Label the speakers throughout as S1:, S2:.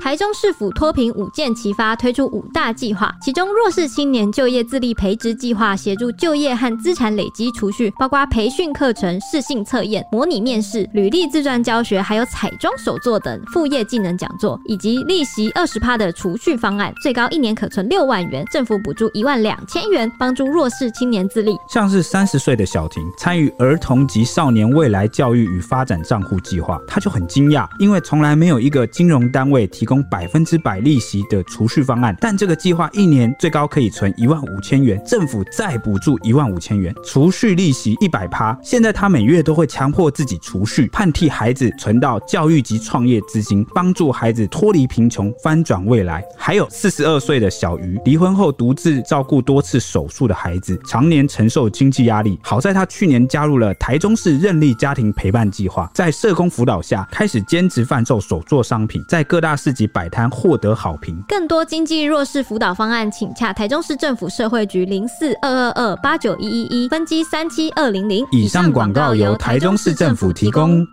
S1: 台中市府脱贫五箭齐发，推出五大计划，其中弱势青年就业自立培植计划协助就业和资产累积储蓄，包括培训课程、试性测验、模拟面试、履历自传教学，还有彩妆手作等副业技能讲座，以及利息二十趴的储蓄方案，最高一年可存六万元，政府补助一万两千元，帮助弱势青年自立。
S2: 像是三十岁的小婷参与儿童及少年未来教育与发展账户计划，她就很惊讶，因为从来没有一个金融单位提供百分之百利息的储蓄方案，但这个计划一年最高可以存一万五千元，政府再补助一万五千元，储蓄利息一百趴。现在她每月都会强迫自己储蓄，盼替孩子存到教育及创业资金，帮助孩子脱离贫穷，翻转未来。还有四十二岁的小鱼，离婚后独自照顾多次手术的孩子，常年承受经济压力。好在他去年加入了台中市任力家庭陪伴计划，在社工辅导下开始兼职贩售手作商品，在各大市集摆摊获得好评。
S1: 更多经济弱势辅导方案，请洽台中市政府社会局零四二二二八九一一一分机三七二零零。
S2: 以上广告由台中市政府提供。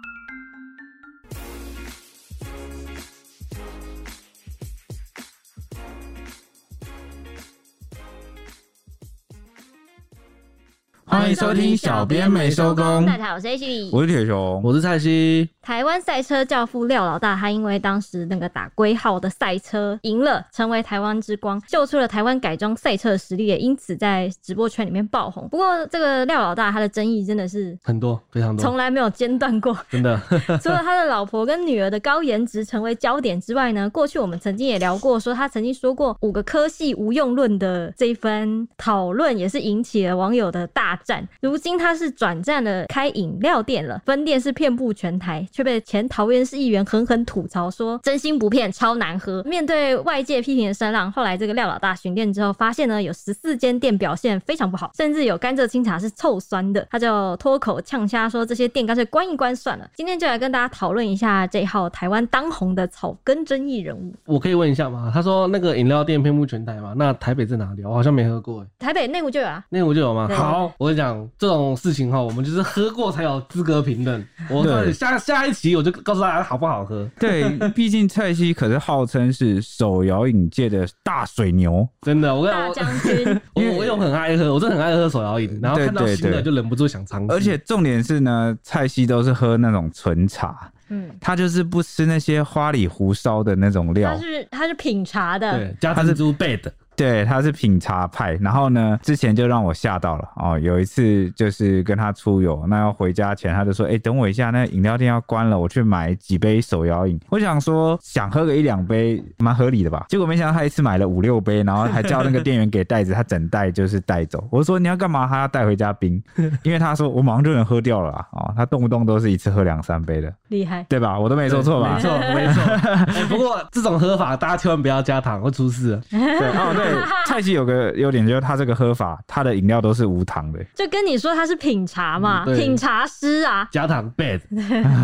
S3: 欢迎收听小编没收工
S1: 大家好，我是 H 李。
S2: 我是铁熊，
S3: 我是蔡西，
S1: 台湾赛车教父廖老大，他因为当时那个打龟号的赛车赢了，成为台湾之光，秀出了台湾改装赛车的实力，也因此在直播圈里面爆红。不过，这个廖老大他的争议真的是
S3: 很多非常
S1: 从
S3: 多，
S1: 来没有间断过。
S3: 真的
S1: 除了他的老婆跟女儿的高颜值成为焦点之外呢，过去我们曾经也聊过，说他曾经说过五个科系无用论的这一番讨论，也是引起了网友的大战。如今他是转战了开饮料店了，分店是遍布全台，却被前桃园市议员狠狠吐槽说真心不骗，超难喝。面对外界批评的声浪，后来这个廖老大巡店之后，发现呢有十四间店表现非常不好，甚至有甘蔗清茶是臭酸的，他就脱口呛瞎说这些店干脆关一关算了。今天就来跟大家讨论一下这一号台湾当红的草根争议人物。
S3: 我可以问一下吗？他说那个饮料店遍布全台嘛，那台北在哪里？我好像没喝过哎。
S1: 台北内湖就有啊，
S3: 那我就有吗？
S1: 对
S3: 好，我跟你讲这种事情哈，我们就是喝过才有资格评论。我到底下下一期我就告诉大家好不好喝，
S2: 对，毕竟蔡西可是号称是手摇饮界的大水牛，
S3: 真啊的。我跟
S1: 大
S3: 你
S1: 将
S3: 讲，
S1: 军。
S3: 我我我有很爱喝，我真的很爱喝手摇饮，然后看到
S2: 对对
S3: 新的
S2: 对
S3: 就忍不住想尝试。
S2: 而且重点是呢，蔡西都是喝那种纯茶，
S1: 嗯，
S2: 他就是不吃那些花里胡哨的那种料
S1: 他。是他是品茶的，
S3: 对，加珍珠贝的，
S2: 对，他是品茶派。然后呢，之前就让我吓到了哦。有一次就是跟他出游，那要回家前，他就说：“哎、等我一下，那饮料店要关了，我去买几杯手摇饮。”我想说想喝个一两杯，蛮合理的吧。结果没想到他一次买了五六杯，然后还叫那个店员给袋子，他整袋就是带走。我说：“你要干嘛？”他要带回家冰，因为他说我马上就能喝掉了啊、哦。他动不动都是一次喝两三杯的，
S1: 厉害。
S2: 对吧？我都没说错吧
S3: 没？错，没 错。哎不过这种喝法大家千万不要加糖，会出事。
S2: 对哦，对，蔡奇有个优点就是他这个喝法，他的饮料都是无糖的。
S1: 就跟你说他是品茶嘛，
S3: 嗯对
S1: 品茶师啊，
S3: 加糖 bad，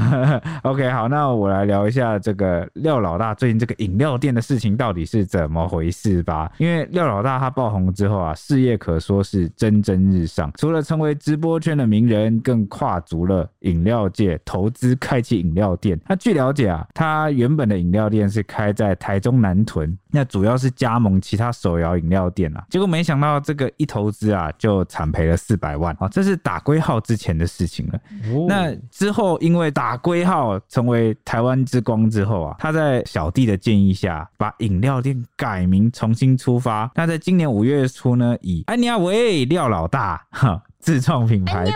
S2: OK，好，那我来聊一下这个廖老大最近这个饮料店的事情到底是怎么回事吧。因为廖老大他爆红之后啊，事业可说是蒸蒸日上，除了成为直播圈的名人，更跨足了饮料界，投资开启饮料店。那据了解啊，他原本的饮料店是开在台中南屯，那主要是加盟其他手摇饮料店啊。结果没想到这个一投资啊，就惨赔了四百万啊，这是打龟号之前的事情了。
S3: 嗯
S2: 那之后，因为打龟号成为台湾之光之后啊，他在小弟的建议下，把饮料店改名，重新出发。那在今年五月初呢，以哎安妮亚维廖老大哈自创品
S1: 安
S2: 牌
S1: 念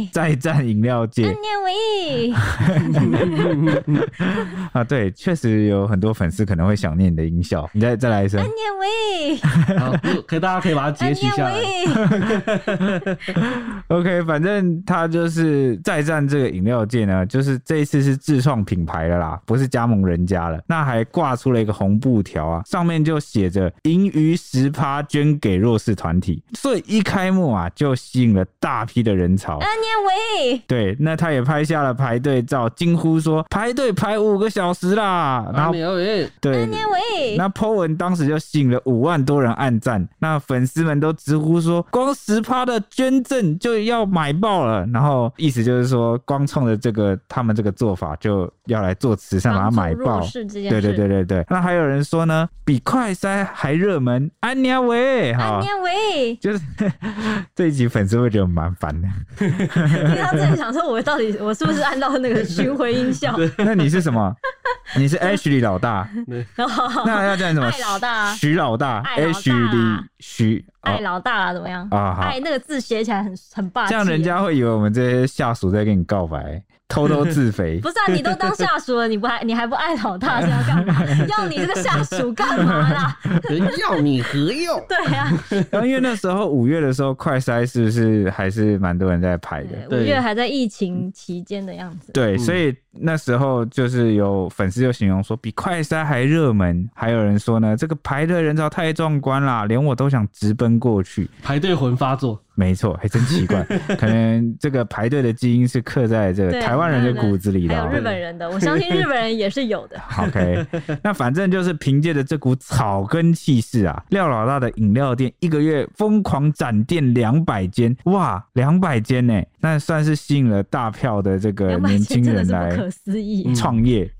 S1: 维，
S2: 再战饮料界
S1: 安念维，
S2: 啊，对，确实有很多粉丝可能会想念你的音效，你再再来一声
S1: 安。念维，
S3: 好，啊可以大家可以把它截
S1: 安
S3: 取
S1: 念
S3: 下来。
S1: 维，
S2: OK，反正他就是再战这个饮料界呢，就是这一次是自创品牌了啦，不是加盟人家了。那还挂出了一个红布条啊，上面就写着“盈余十趴捐给弱势团体”，所以一开幕啊就吸吸引了大批的人潮。
S1: 安年伟，
S2: 对，那他也拍下了排队照，惊呼说排队排五个小时啦，然后
S1: 哎
S3: 没有诶，
S2: 对
S1: 安。年伟，
S2: 那 Po 文当时就吸引了五万多人按赞，那粉丝们都直呼说，光十趴的捐赠就要买爆了。然后意思就是说，光冲着这个他们这个做法就要来做慈善，把它买爆。
S1: 是这件
S2: 对
S1: 事，
S2: 对对对对。那还有人说呢，比快筛还热门，安妮喂，
S1: 安
S2: 哈，
S1: 年伟，
S2: 就是 这一集粉丝会觉得蛮烦的。
S1: 听到这里想说，我到底我是不是按到那个巡回音效？
S2: 那你是什 么？你是 Ashley 老大，
S1: 然后
S2: 那要叫你什么
S1: 哦爱？老大，
S2: 徐老大
S1: 爱老大
S2: ，Ashley 徐哦
S1: 爱老大怎么样？
S2: 啊好。
S1: 爱那个字写起来很很霸气，
S2: 这样人家会以为我们这些下属在跟你告白，偷偷 自肥。
S1: 不是啊，你都当下属了，你不还你还不爱老大是要干嘛？要你这个下属干嘛 啦？
S3: 要你何用？
S1: 对啊，
S2: 然后因为那时候五月的时候，快筛是不是还是蛮多人在排的？
S1: 五月还在疫情期间的样子，
S2: 对，
S3: 嗯
S2: 所以那时候就是有粉丝就形容说比快筛还热门，还有人说呢，这个排队人潮太壮观啦，连我都想直奔过去。
S3: 排队魂发作，
S2: 没错，还真 奇怪，可能这个排队的基因是刻在这个
S1: 对
S2: 台湾人的骨子里
S1: 还
S2: 的
S1: 有
S2: 哦、
S1: 日本人的，我相信日本人也是有的。
S2: OK，那反正就是凭借着这股草根气势啊，廖老大的饮料店一个月疯狂展店两百间，哇，两百间呢，那算是吸引了大票的这个
S1: 两百
S2: 年
S1: 千真
S2: 轻
S1: 的
S2: 人
S1: 是不可
S2: 来
S1: 思议
S3: 嗯，
S2: 创业。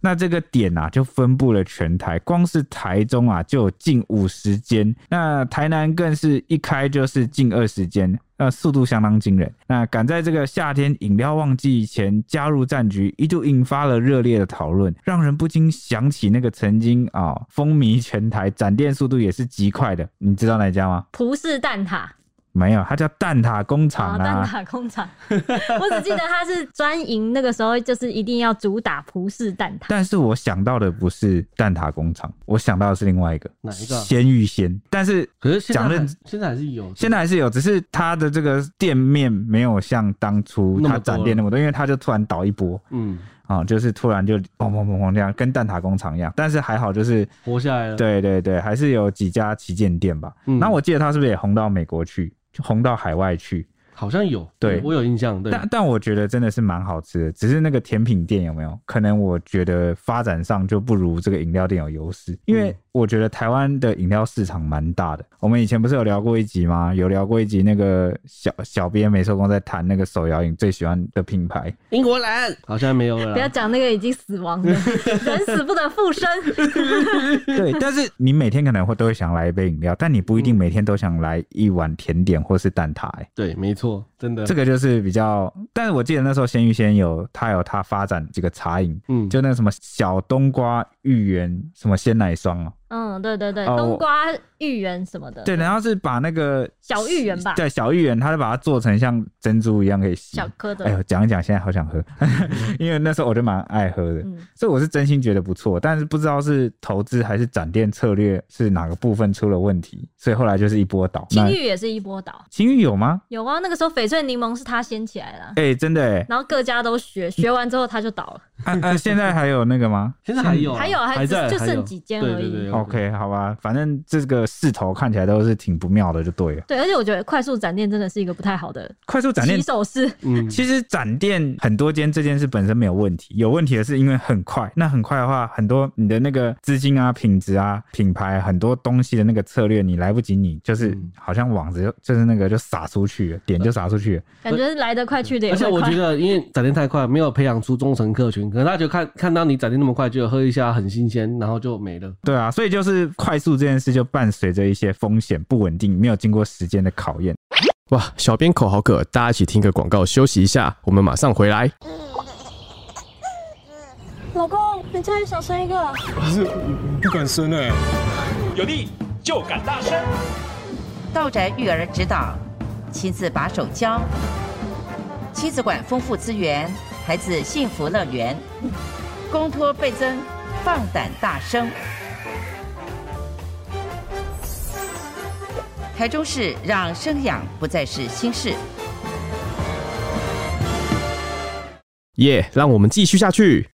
S2: 那这个点啊，就分布了全台，光是台中啊就有近五十间，那台南更是一开就是近二十间，那速度相当惊人。那赶在这个夏天饮料旺季前加入战局，一度引发了热烈的讨论，让人不禁想起那个曾经啊、风靡全台、展店速度也是极快的，你知道哪一家吗？
S1: 葡式蛋挞
S2: 没有，它叫蛋挞工厂
S1: 啊，
S2: 啊。
S1: 蛋挞工厂， 我只记得他是专营，那个时候就是一定要主打葡式蛋挞。
S2: 但是我想到的不是蛋挞工厂，我想到的是另外一个，
S3: 哪一个啊
S2: 鲜芋仙。但是
S3: 可是现在
S2: 讲认
S3: 还现在还是有，
S2: 现在还是有，只是它的这个店面没有像当初
S3: 那么
S2: 它
S3: 多
S2: 展店那么多，因为它就突然倒一波
S3: 嗯
S2: 啊、就是突然就砰砰砰砰这样，跟蛋挞工厂一样。但是还好，就是
S3: 活下来了，
S2: 对对对，还是有几家旗舰店吧。
S3: 嗯
S2: 然后我记得它是不是也红到美国去，就红到海外去？
S3: 好像有，
S2: 对
S3: 我有印象，对，
S2: 但但我觉得真的是蛮好吃的，只是那个甜品店有没有可能？我觉得发展上就不如这个饮料店有优势，因为
S3: 嗯
S2: 我觉得台湾的饮料市场蛮大的。我们以前不是有聊过一集吗？有聊过一集那个小小编美寿工在谈那个手摇饮最喜欢的品 牌，
S3: 英国人好像没有了
S2: 啊
S1: 不要
S3: 啦，
S1: 讲那个已经死亡 的，人死不能复生。
S2: 对。但是你每天可能会都会想来一杯饮料，但你不一
S3: 嗯
S2: 定每天都想来一碗甜点或是蛋挞、欸。
S3: 对，没错，真的，
S2: 这个就是比较，但是我记得那时候鲜芋仙有它有它发展这个茶饮，
S3: 嗯，
S2: 就那个什么小冬瓜芋圆什么鲜奶霜哦、
S1: 嗯，对对对，
S2: 哦我
S1: 冬瓜芋圆什么的，
S2: 对，然后是把那个
S1: 小芋圆吧
S2: 对，小芋圆，他就把它做成像珍珠一样可以吸。
S1: 小颗的
S2: 哎。呦，讲一讲，现在好想 喝，因为那时候我就蛮爱喝的，
S1: 嗯，
S2: 所以我是真心觉得不错，但是不知道是投资还是展店策略是哪个部分出了问题，所以后来就是一波倒。
S1: 青
S2: 那
S1: 玉也是一波倒。
S2: 青玉有吗？
S1: 有啊，那个时候翡翠柠檬是他先起来的啊，
S2: 哎、真的哎、
S1: 然后各家都学，学完之后他就倒了。
S2: 啊啊，现在还有那个吗？
S3: 现在还有啊，
S1: 还有还
S3: 还
S1: 只
S3: 在，
S1: 就
S3: 还有
S1: 剩几间
S3: 对
S1: 而
S3: 对
S1: 已
S3: 对
S2: OK，好吧，反正这个势头看起来都是挺不妙的，就对了。
S1: 对，而且我觉得快速展店真的是一个不太好的
S2: 快速展店
S1: 起手式。
S3: 嗯，
S2: 其实展店很多间这件事本身没有问题，有问题的是因为很快。那很快的话，很多你的那个资金啊、品质啊、品牌很多东西的那个策略，你来不及你，就是
S3: 嗯
S2: 好像网子就就是那个就撒出去了，点就撒出去了。
S1: 感觉来得快去得也
S3: 而且
S1: 会
S3: 我
S1: 快
S3: 觉。得，因为展店太快，没有培养出忠诚客群，可能大家就看看到你展店那么快，就有喝一下很新鲜，然后就没了。
S2: 对啊，所以就是快速这件事就伴随着一些风险、不稳定，没有经过时间的考验。
S4: 哇，小编口好渴，大家一起听个广告休息一下，我们马上回来。
S5: 老公，你这里小声一个。
S6: 不敢生哎、
S7: 有力就敢大声。
S8: 道宅育儿指导，亲自把手教，亲子馆丰富资源，孩子幸福乐园，公托倍增，放胆大声。台中市让生养不再是心事。
S4: 耶、让我们继续下去。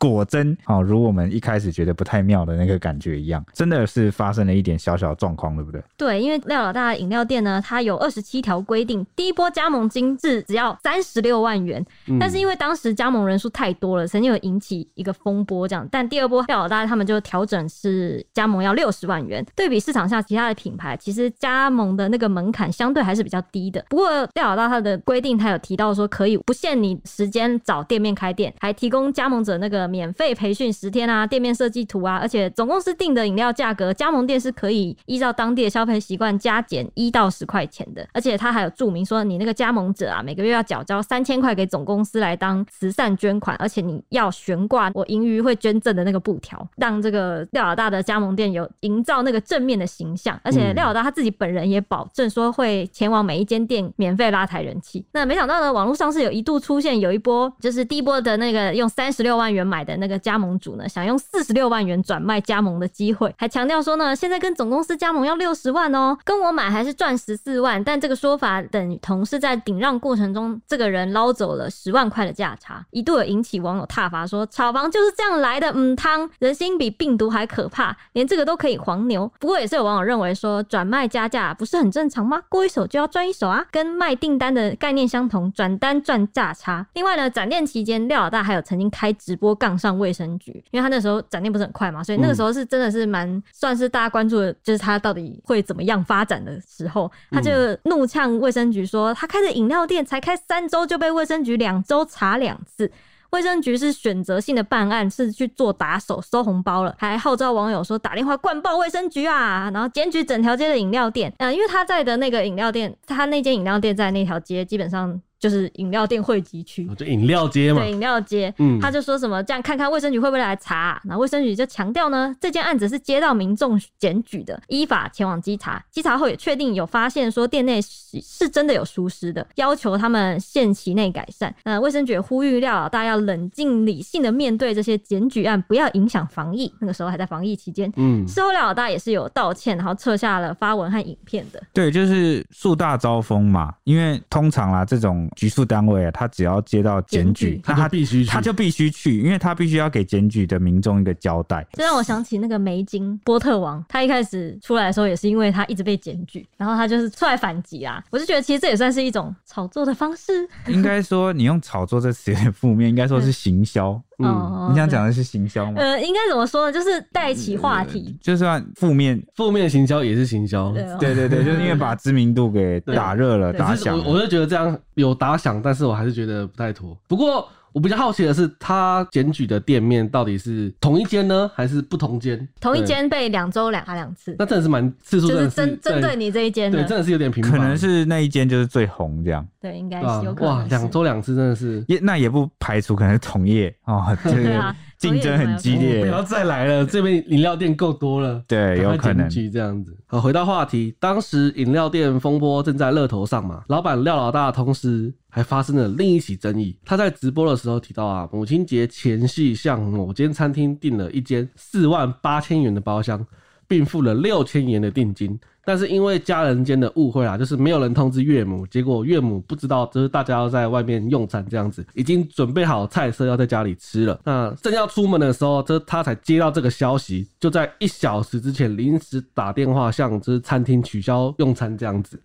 S2: 果真，好、如我们一开始觉得不太妙的那个感觉一样，真的是发生了一点小小状况，对不对？
S1: 对，因为廖老大的饮料店呢，它有二十七条规定，第一波加盟金是只要三十六万元，
S3: 嗯
S1: 但是因为当时加盟人数太多了，曾经有引起一个风波这样。但第二波廖老大他们就调整是加盟要六十万元，对比市场上其他的品牌，其实加盟的那个门槛相对还是比较低的。不过廖老大他的规定，他有提到说可以不限你时间找店面开店，还提供加盟者那个免费培训十天啊，店面设计图啊，而且总公司定的饮料价格，加盟店是可以依照当地的消费习惯加减一到十块钱的。而且他还有注明说，你那个加盟者啊，每个月要缴交三千块给总公司来当慈善捐款，而且你要悬挂我盈余会捐赠的那个布条，让这个廖老大的加盟店有营造那个正面的形象。而且廖老大他自己本人也保证说会前往每一间店免费拉抬人气。那没想到呢，网络上是有一度出现有一波，就是第一波的那个用三十六万元买的那个加盟主呢，想用四十六万元转卖加盟的机会，还强调说呢，现在跟总公司加盟要六十万哦，跟我买还是赚十四万，但这个说法等同是在顶让过程中，这个人捞走了十万块的价差，一度有引起网友挞伐说，炒房就是这样来的，嗯，汤人心比病毒还可怕，连这个都可以黄牛。不过也是有网友认为说，转卖加价不是很正常吗？过一手就要赚一手啊，跟卖订单的概念相同，转单赚价差。另外呢，展店期间，廖老大还有曾经开直播杠上卫生局，因为他那时候展店不是很快嘛，所以那个时候是真的是蛮算是大家关注的，就是他到底会怎么样发展的时候，他就怒呛卫生局说，他开的饮料店才开三周就被卫生局两周查两次。卫生局是选择性的办案，是去做打手收红包了，还号召网友说打电话灌爆卫生局啊，然后检举整条街的饮料店。嗯、因为他在的那个饮料店，他那间饮料店在那条街，基本上就是饮料店汇集区。
S3: 哦就饮料街嘛
S1: 对，饮料街，
S3: 嗯
S1: 他就说什么这样看看卫生局会不会来查，啊然后卫生局就强调呢，这件案子是接到民众检举的，依法前往稽查，稽查后也确定有发现说店内是是真的有疏失的，要求他们限期内改善。那卫生局也呼吁廖老大要冷静理性的面对这些检举案，不要影响防疫，那个时候还在防疫期间。
S3: 嗯，
S1: 事后廖老大也是有道歉，然后撤下了发文和影片的。
S2: 对，就是树大招风嘛。因为通常啦，这种局处单位啊，他只要接到检
S1: 检
S2: 举
S1: 举，
S2: 那
S3: 他就必须去
S2: 他就必须去，因为他必须要给检举的民众一个交代。
S1: 这让我想起那个梅金波特王，他一开始出来的时候也是因为他一直被检举，然后他就是出来反击啦。我就觉得其实这也算是一种炒作的方式。
S2: 应该说，你用炒作这词有点负面，应该说是行销。
S1: 哦
S2: 嗯你想讲的是行销吗？
S1: 呃，应该怎么说呢？就是带起话题。
S2: 就算负面，
S3: 负面行销也是行销。
S1: 对哦，
S2: 对对对，就是因为把知名度给打热了、
S1: 对
S2: 打
S3: 只是
S2: 响
S3: 我我
S2: 了。
S3: 就觉得这样有打响，但是我还是觉得不太妥。不过我比较好奇的是，他检举的店面到底是同一间呢，还是不同间？
S1: 同一
S3: 对，
S1: 间被两周两查啊两次，
S3: 那真的是蛮次数
S1: 就
S3: 真
S1: 是
S3: 的是
S1: 针针对你这一间
S3: 对，
S1: 的
S3: 真，的是有点频繁，
S2: 可能是那一间就是最红这样，
S1: 对，应该
S3: 对吧
S1: 是有可
S3: 啊哇，
S1: 能是。
S3: 两周两次真的是。
S2: 也那也不排除可能是同业哦，这
S1: 对
S2: 个
S1: 啊
S2: 竞争很激烈
S3: 不。要再来了，这边饮料店够多了。
S2: 对，有可
S3: 赶快
S2: 能
S3: 检。举这样子。好，回到话题，当时饮料店风波正在热头上嘛，老板廖老大同时还发生了另一起争议。他在直播的时候提到啊，母亲节前夕向某间餐厅订了一间四万八千元的包厢，并付了六千元的定金。但是因为家人间的误会啊，就是没有人通知岳母，结果岳母不知道，就是大家要在外面用餐这样子，已经准备好菜色要在家里吃了。那正要出门的时候，这他才接到这个消息，就在一小时之前临时打电话向就是餐厅取消用餐这样子。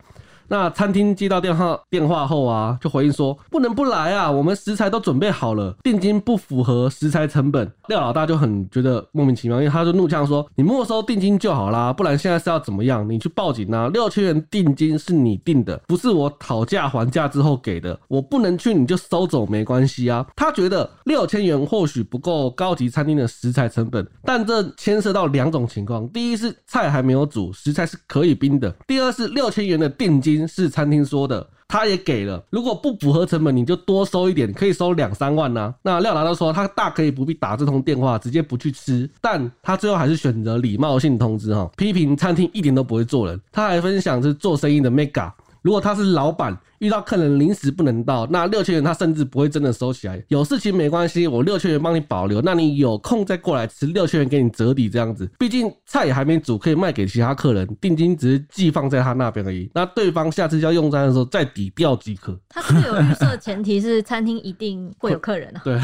S3: 那餐厅接到电话电话后啊，就回应说不能不来啊，我们食材都准备好了，定金不符合食材成本。廖老大就很觉得莫名其妙，因为他就怒呛说：“你没收定金就好啦，不然现在是要怎么样？你去报警啊！六千元定金是你定的，不是我讨价还价之后给的，我不能去你就收走没关系啊。”他觉得六千元或许不够高级餐厅的食材成本，但这牵涉到两种情况：第一是菜还没有煮，食材是可以冰的；第二是六千元的定金是餐厅说的，他也给了。如果不符合成本，你就多收一点，可以收两三万呐、那廖达都说他大可以不必打这通电话，直接不去吃，但他最后还是选择礼貌性通知哈，批评餐厅一点都不会做人。他还分享是做生意的 mega。如果他是老板，遇到客人临时不能到，那六千元他甚至不会真的收起来。有事情没关系，我六千元帮你保留，那你有空再过来吃，六千元给你折抵这样子。毕竟菜也还没煮，可以卖给其他客人，定金只是寄放在他那边而已。那对方下次要用餐的时候再抵掉即可。
S1: 他是不是有预设前提是餐厅一定会有客人啊？
S3: 对，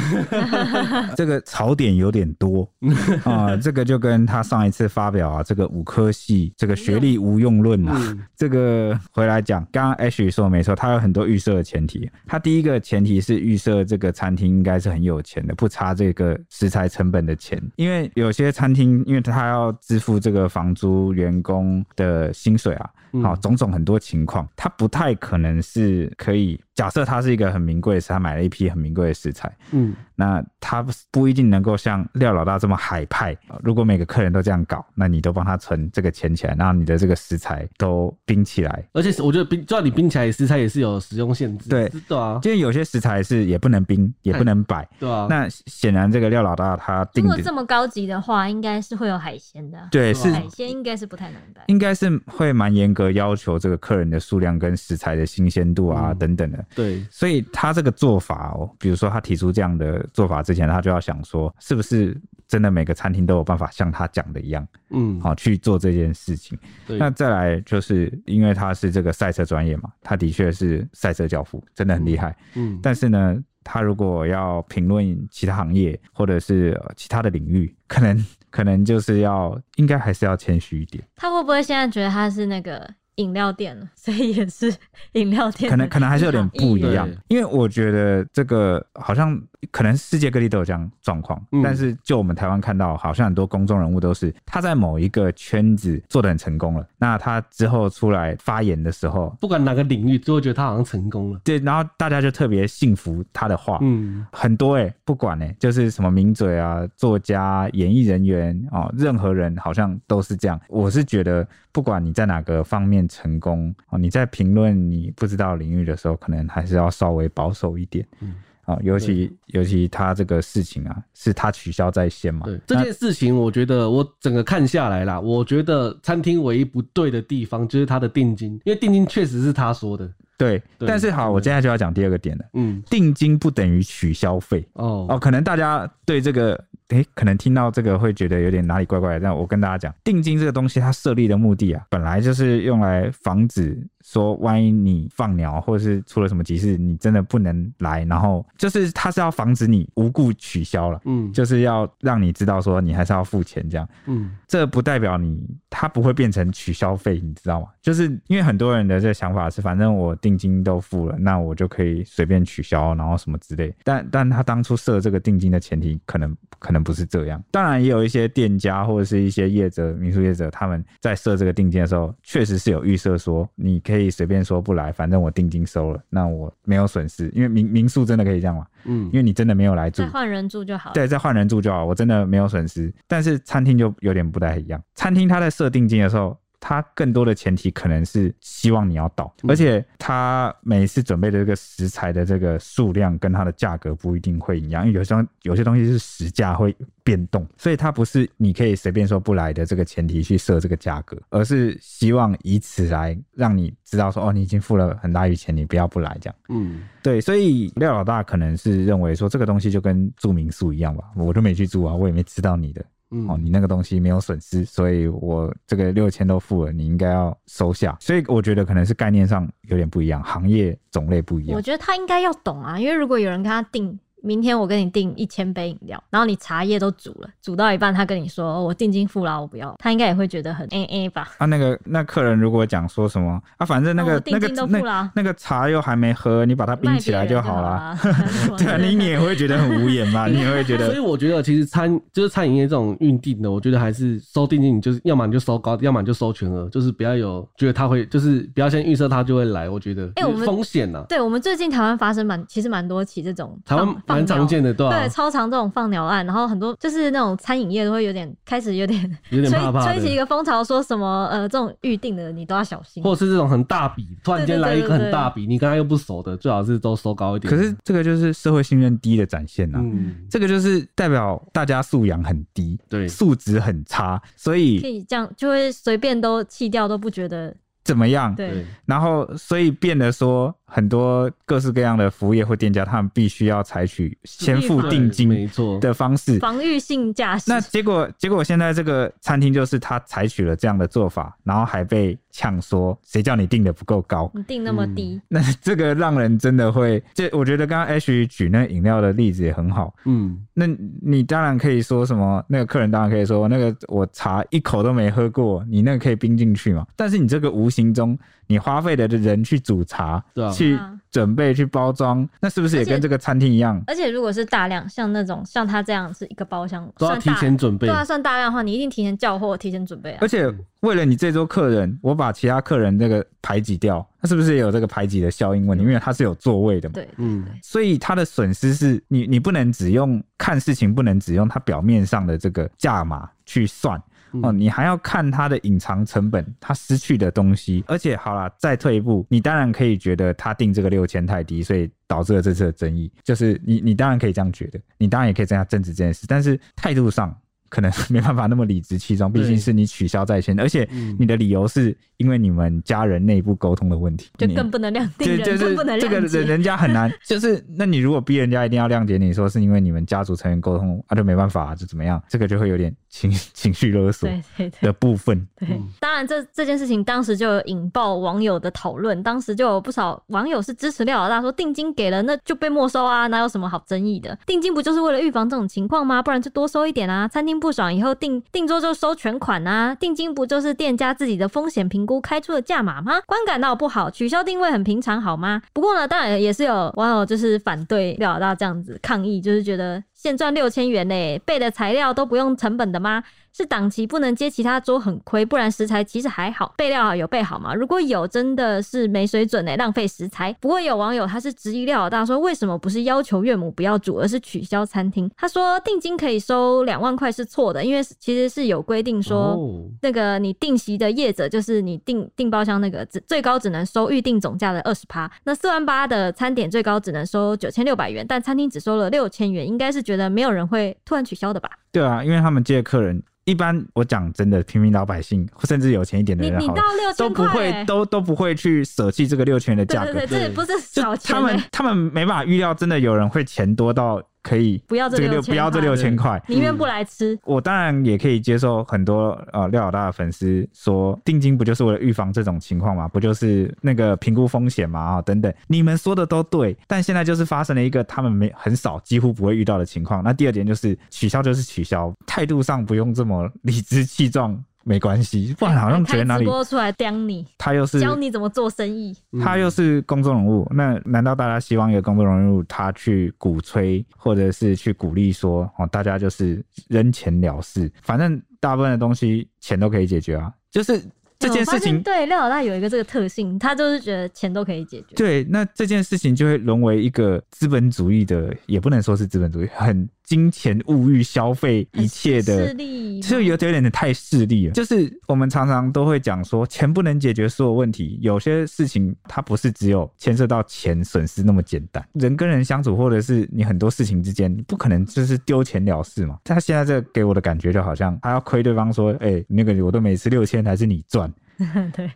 S2: 这个槽点有点多 啊、这个就跟他上一次发表啊，这个五科系这个学历无用论啊，
S3: 嗯
S2: 这个回来讲，刚刚 H 说的没错，他有很多预设的前提。他第一个前提是预设这个餐厅应该是很有钱的，不差这个食材成本的钱，因为有些餐厅因为他要支付这个房租、员工的薪水啊，
S3: 嗯
S2: 好、种种很多情况，他不太可能是可以。假设他是一个很名贵的食材，他买了一批很名贵的食材，
S3: 嗯，
S2: 那他不不一定能够像廖老大这么海派。呃如果每个客人都这样搞，那你都帮他存这个钱起来，然后你的这个食材都冰起来。
S3: 而且我觉得冰，就算你冰起来，食材也是有使用限制。
S2: 对
S3: 对啊，
S2: 因为有些食材是也不能冰，也不能摆。
S3: 对啊。
S2: 那显然这个廖老大他
S1: 如
S2: 定
S1: 果
S2: 的
S1: 这么高级的话，应该是会有海鲜的啊。
S2: 对是
S1: 海鲜应该是不太能摆。
S2: 应该是会蛮严格要求这个客人的数量跟食材的新鲜度啊、
S3: 嗯
S2: 等等的。
S3: 对，
S2: 所以他这个做法哦，比如说他提出这样的做法之前，他就要想说，是不是真的每个餐厅都有办法像他讲的一样，
S3: 嗯，
S2: 好、去做这件事情。
S3: 对，
S2: 那再来就是因为他是这个赛车专业嘛，他的确是赛车教父，真的很厉害。
S3: 嗯，
S2: 但是呢，他如果要评论其他行业或者是呃其他的领域，可能 可能就是要应该还是要谦虚一点，
S1: 他会不会现在觉得他是那个饮料店了， 所以也是饮料店的？
S2: 可能可能还是有点不一样
S3: 啊
S2: 因
S3: 对，
S2: 为我觉得这个好像可能世界各地都有这样状况，
S3: 嗯
S2: 但是就我们台湾看到，好像很多公众人物都是他在某一个圈子做的很成功了，那他之后出来发言的时候。
S3: 不管哪个领域，都会觉得他好像成功了。
S2: 对，然后大家就特别信服他的话，
S3: 嗯，
S2: 很多哎、不管哎、就是什么名嘴啊、作家、演艺人员哦，任何人好像都是这样。我是觉得，不管你在哪个方面成功哦，你在评论你不知道领域的时候，可能还是要稍微保守一点。
S3: 嗯
S2: 嗯，哦，尤其尤其他这个事情啊，是他取消在先嘛。
S3: 对这
S2: 那
S3: 件事情，我觉得我整个看下来啦，我觉得餐厅唯一不对的地方就是他的定金，因为定金确实是他说的。
S2: 对，
S3: 对
S2: 但是好，我接下来就要讲第二个点了。
S3: 嗯，
S2: 定金不等于取消费
S3: 哦，
S2: 哦，可能大家对这个，诶，可能听到这个会觉得有点哪里怪怪的。但我跟大家讲，定金这个东西，它设立的目的啊，本来就是用来防止说，万一你放鸟或者是出了什么急事，你真的不能来，然后就是它是要防止你无故取消了，
S3: 嗯，
S2: 就是要让你知道说你还是要付钱这样。
S3: 嗯，
S2: 这不代表你它不会变成取消费，你知道吗？就是因为很多人的这个想法是，反正我定金都付了，那我就可以随便取消，然后什么之类。但但他当初设这个定金的前提，可能可能不是这样。当然，也有一些店家或者是一些业者、民宿业者，他们在设这个定金的时候，确实是有预设说，你可以随便说不来，反正我定金收了，那我没有损失，因为民民宿真的可以这样嘛？
S3: 嗯
S2: 因，为你真的没有来住
S1: 再，换人住就好了。
S2: 对，再换人住就好，我真的没有损失。但是餐厅就有点不太一样，餐厅它在设定金的时候。它更多的前提可能是希望你要到，而且它每次准备的这个食材的这个数量跟它的价格不一定会一样，因为有些东有些东西是实价会变动，所以它不是你可以随便说不来的这个前提去设这个价格，而是希望以此来让你知道说哦，你已经付了很大一笔钱，你不要不来这样。
S3: 嗯，
S2: 对，所以廖老大可能是认为说这个东西就跟住民宿一样吧，我都没去住啊，我也没吃到你的哦，
S3: 嗯，
S2: 你那个东西没有损失，所以我这个六千都付了，你应该要收下。所以我觉得可能是概念上有点不一样，行业种类不一
S1: 我
S2: 样。
S1: 觉得他应该要懂啊，因为如果有人跟他订，明天我跟你订一千杯饮料，然后你茶叶都煮了，煮到一半他跟你说、哦我定金付了，我不要，他应该也会觉得很哎哎吧。
S2: 啊，那个那客人如果讲说什么啊，反正那
S1: 那
S2: 个
S1: 我
S2: 那
S1: 定
S2: 个
S1: 金都付了
S2: 那
S1: 啊
S2: 那个茶又还没喝，你把它冰起来就好啦。
S1: 卖别人就好啦
S2: 对啊，你你也会觉得很无言吧？你也会 觉
S3: 所以
S2: 得
S3: 我觉得其实餐就是餐饮业这种运定的，我觉得还是收定金，你就是要么你就收高，要么你就收全额，就是不要有觉得他会，就是不要先预设他就会来，我觉得，
S1: 哎我们
S3: 风险呐，
S1: 对，我们最近台湾发生蛮，其实蛮多起这种
S3: 台
S1: 放
S3: 湾蛮常。见的，对
S1: 放
S3: 啊吧
S1: 鸟？对，超常这种放鸟案，然后很多就是那种餐饮业都会有点开始有点
S3: 有点
S1: 吹
S3: 怕怕
S1: 吹起一
S3: 的。
S1: 个风潮，说什么呃这种预定的你都要小心。
S3: 或者是这种很大笔，突然间来一个很大笔，你跟他又不熟的，最好是都收高一点。
S2: 可是这个就是社会信任低的展现啊。
S3: 嗯，
S2: 这个就是代表大家素养很低，
S3: 对
S2: 素质很差，所
S1: 可
S2: 以
S1: 以这样，就会随便都弃掉，都不觉得
S2: 怎么样？
S1: 对。
S3: 对，
S2: 然后所以变得说，很多各式各样的服务业或店家，他们必须要采取先付
S1: 对
S2: 定
S3: 没
S2: 金
S3: 错，
S2: 的方式。
S1: 防御性驾驶
S2: 那。结果，结果现在这个餐厅就是他采取了这样的做法，然后还被呛说：“谁叫你定的不够高？”
S1: 你定那么
S3: 嗯
S1: 低，
S2: 那这个让人真的会，这我觉得刚刚 H 举那饮料的例子也很好。
S3: 嗯，
S2: 那你当然可以说什么，那个客人当然可以说那个我茶一口都没喝过，你那个可以冰进去嘛？但是你这个无形中，你花费的人去煮茶，
S3: 对啊
S2: 去
S1: 啊
S2: 准备去包装，那是不是也
S1: 而且
S2: 跟这个餐厅一样？
S1: 而且如果是大量，像那种像他这样是一个包厢，
S3: 都要
S1: 算大
S3: 提前准备
S1: 对。啊，算大量的话，你一定提前叫货，提前准备啊
S2: 而。且
S3: 嗯
S2: 为了你这桌客人，我把其他客人那个排挤掉，那是不是也有这个排挤的效应问题？
S3: 啊
S2: 因为它是有座位的嘛。
S1: 对，
S3: 嗯，
S2: 所以它的损失是你你不能只用看事情，不能只用它表面上的这个价码去算。
S3: 嗯
S2: 哦，你还要看它的隐藏成本，它失去的东西。而且好啦，再退一步，你当然可以觉得他定这个六千太低，所以导致了这次的争议。就是你你当然可以这样觉得，你当然也可以这样争执这件事，但是态度上。可能没办法那么理直气壮，毕竟
S3: 对
S2: 是你取消在先，而且
S3: 嗯
S2: 你的理由是因为你们家人内部沟通的问题，
S1: 就
S2: 你
S1: 更不能量定人，
S2: 就就是
S1: 更不能
S2: 这个
S1: 量
S2: 人
S1: 解。
S2: 人家 很难，就是那你如果逼人家一定要谅解你，说是因为你们家族成员沟通啊，就没办法、啊，就怎么样，这个就会有点情 情绪勒索
S1: 对对对
S2: 的部分。
S1: 对，当然这这件事情当时就有引爆网友的讨论，当时就有不少网友是支持廖老大说定金给了那就被没收啊，哪有什么好争议的？定金不就是为了预防这种情况吗？不然就多收一点啊，餐厅不爽以后订订桌就收全款啊，定金不就是店家自己的风险评估开出的价码吗？观感到不好，取消定位很平常好吗？不过呢，当然也是有网友就是反对廖老大这样子抗议，就是觉得现赚六千元嘞，备的材料都不用成本的吗？是档期不能接其他桌很亏，不然食材其实还好，备料好啊有备好吗？如果有，真的是没水准哎、浪费食材。不过有网友他是质疑廖老大说，为什么不是要求岳母不要煮，而是取消餐厅？他说定金可以收两万块是错的，因为其实是有规定说。
S3: 哦
S1: 那个你定席的业者，就是你订订包厢那个，只最高只能收预定总价的二十趴。那四万八的餐点最高只能收九千六百元，但餐厅只收了六千元，应该是觉得没有人会突然取消的吧？
S2: 对啊，因为他们接的客人，一般我讲真的，平民老百姓甚至有钱一点的
S1: 你
S2: 人
S1: 你
S2: 好了，
S1: 到六
S2: 都
S1: 千
S2: 不
S1: 块、欸
S2: 会都都不会去舍弃这个六千的
S1: 对
S2: 价格。
S1: 对对，这不是
S2: 就
S1: 小钱、
S2: 他们
S1: 欸
S2: 他们没办法预料，真的有人会钱多到可以
S1: 不要这
S2: 这个六
S1: 6000
S2: 不要这
S1: 块
S2: 六千块，
S1: 宁愿不来吃。
S2: 我当然也可以接受很多呃廖老大的粉丝说，定金不就是为了预防这种情况嘛？不就是那个评估风险嘛？啊、等等，你们说的都对，但现在就是发生了一个他们没很少几乎不会遇到的情况。那第二点就是取消就是取消，态度上不用这么理直气壮，没关系，不然好像觉得哪
S1: 开直
S2: 里
S1: 播出来刁你，
S2: 他又是
S1: 教你怎么做生意。
S2: 他又是公众人物，那难道大家希望一个公众人物他去鼓吹或者是去鼓励说哦，大家就是扔钱了事，反正大部分的东西钱都可以解决啊，就是这件事
S1: 哎嗯我发现
S2: 情。
S1: 对廖老大有一个这个特性，他就是觉得钱都可以解决。
S2: 对，那这件事情就会沦为一个资本主义的，也不能说是资本主义，很金钱物欲消费一切的
S1: 势力
S2: 就有点有点太势利了。就是我们常常都会讲说，钱不能解决所有问题，有些事情它不是只有牵涉到钱损失那么简单。人跟人相处，或者是你很多事情之间，不可能就是丢钱了事嘛。他现在这个给我的感觉就好像他要亏对方说，哎、那个我都每次六千还是你赚，
S1: 对，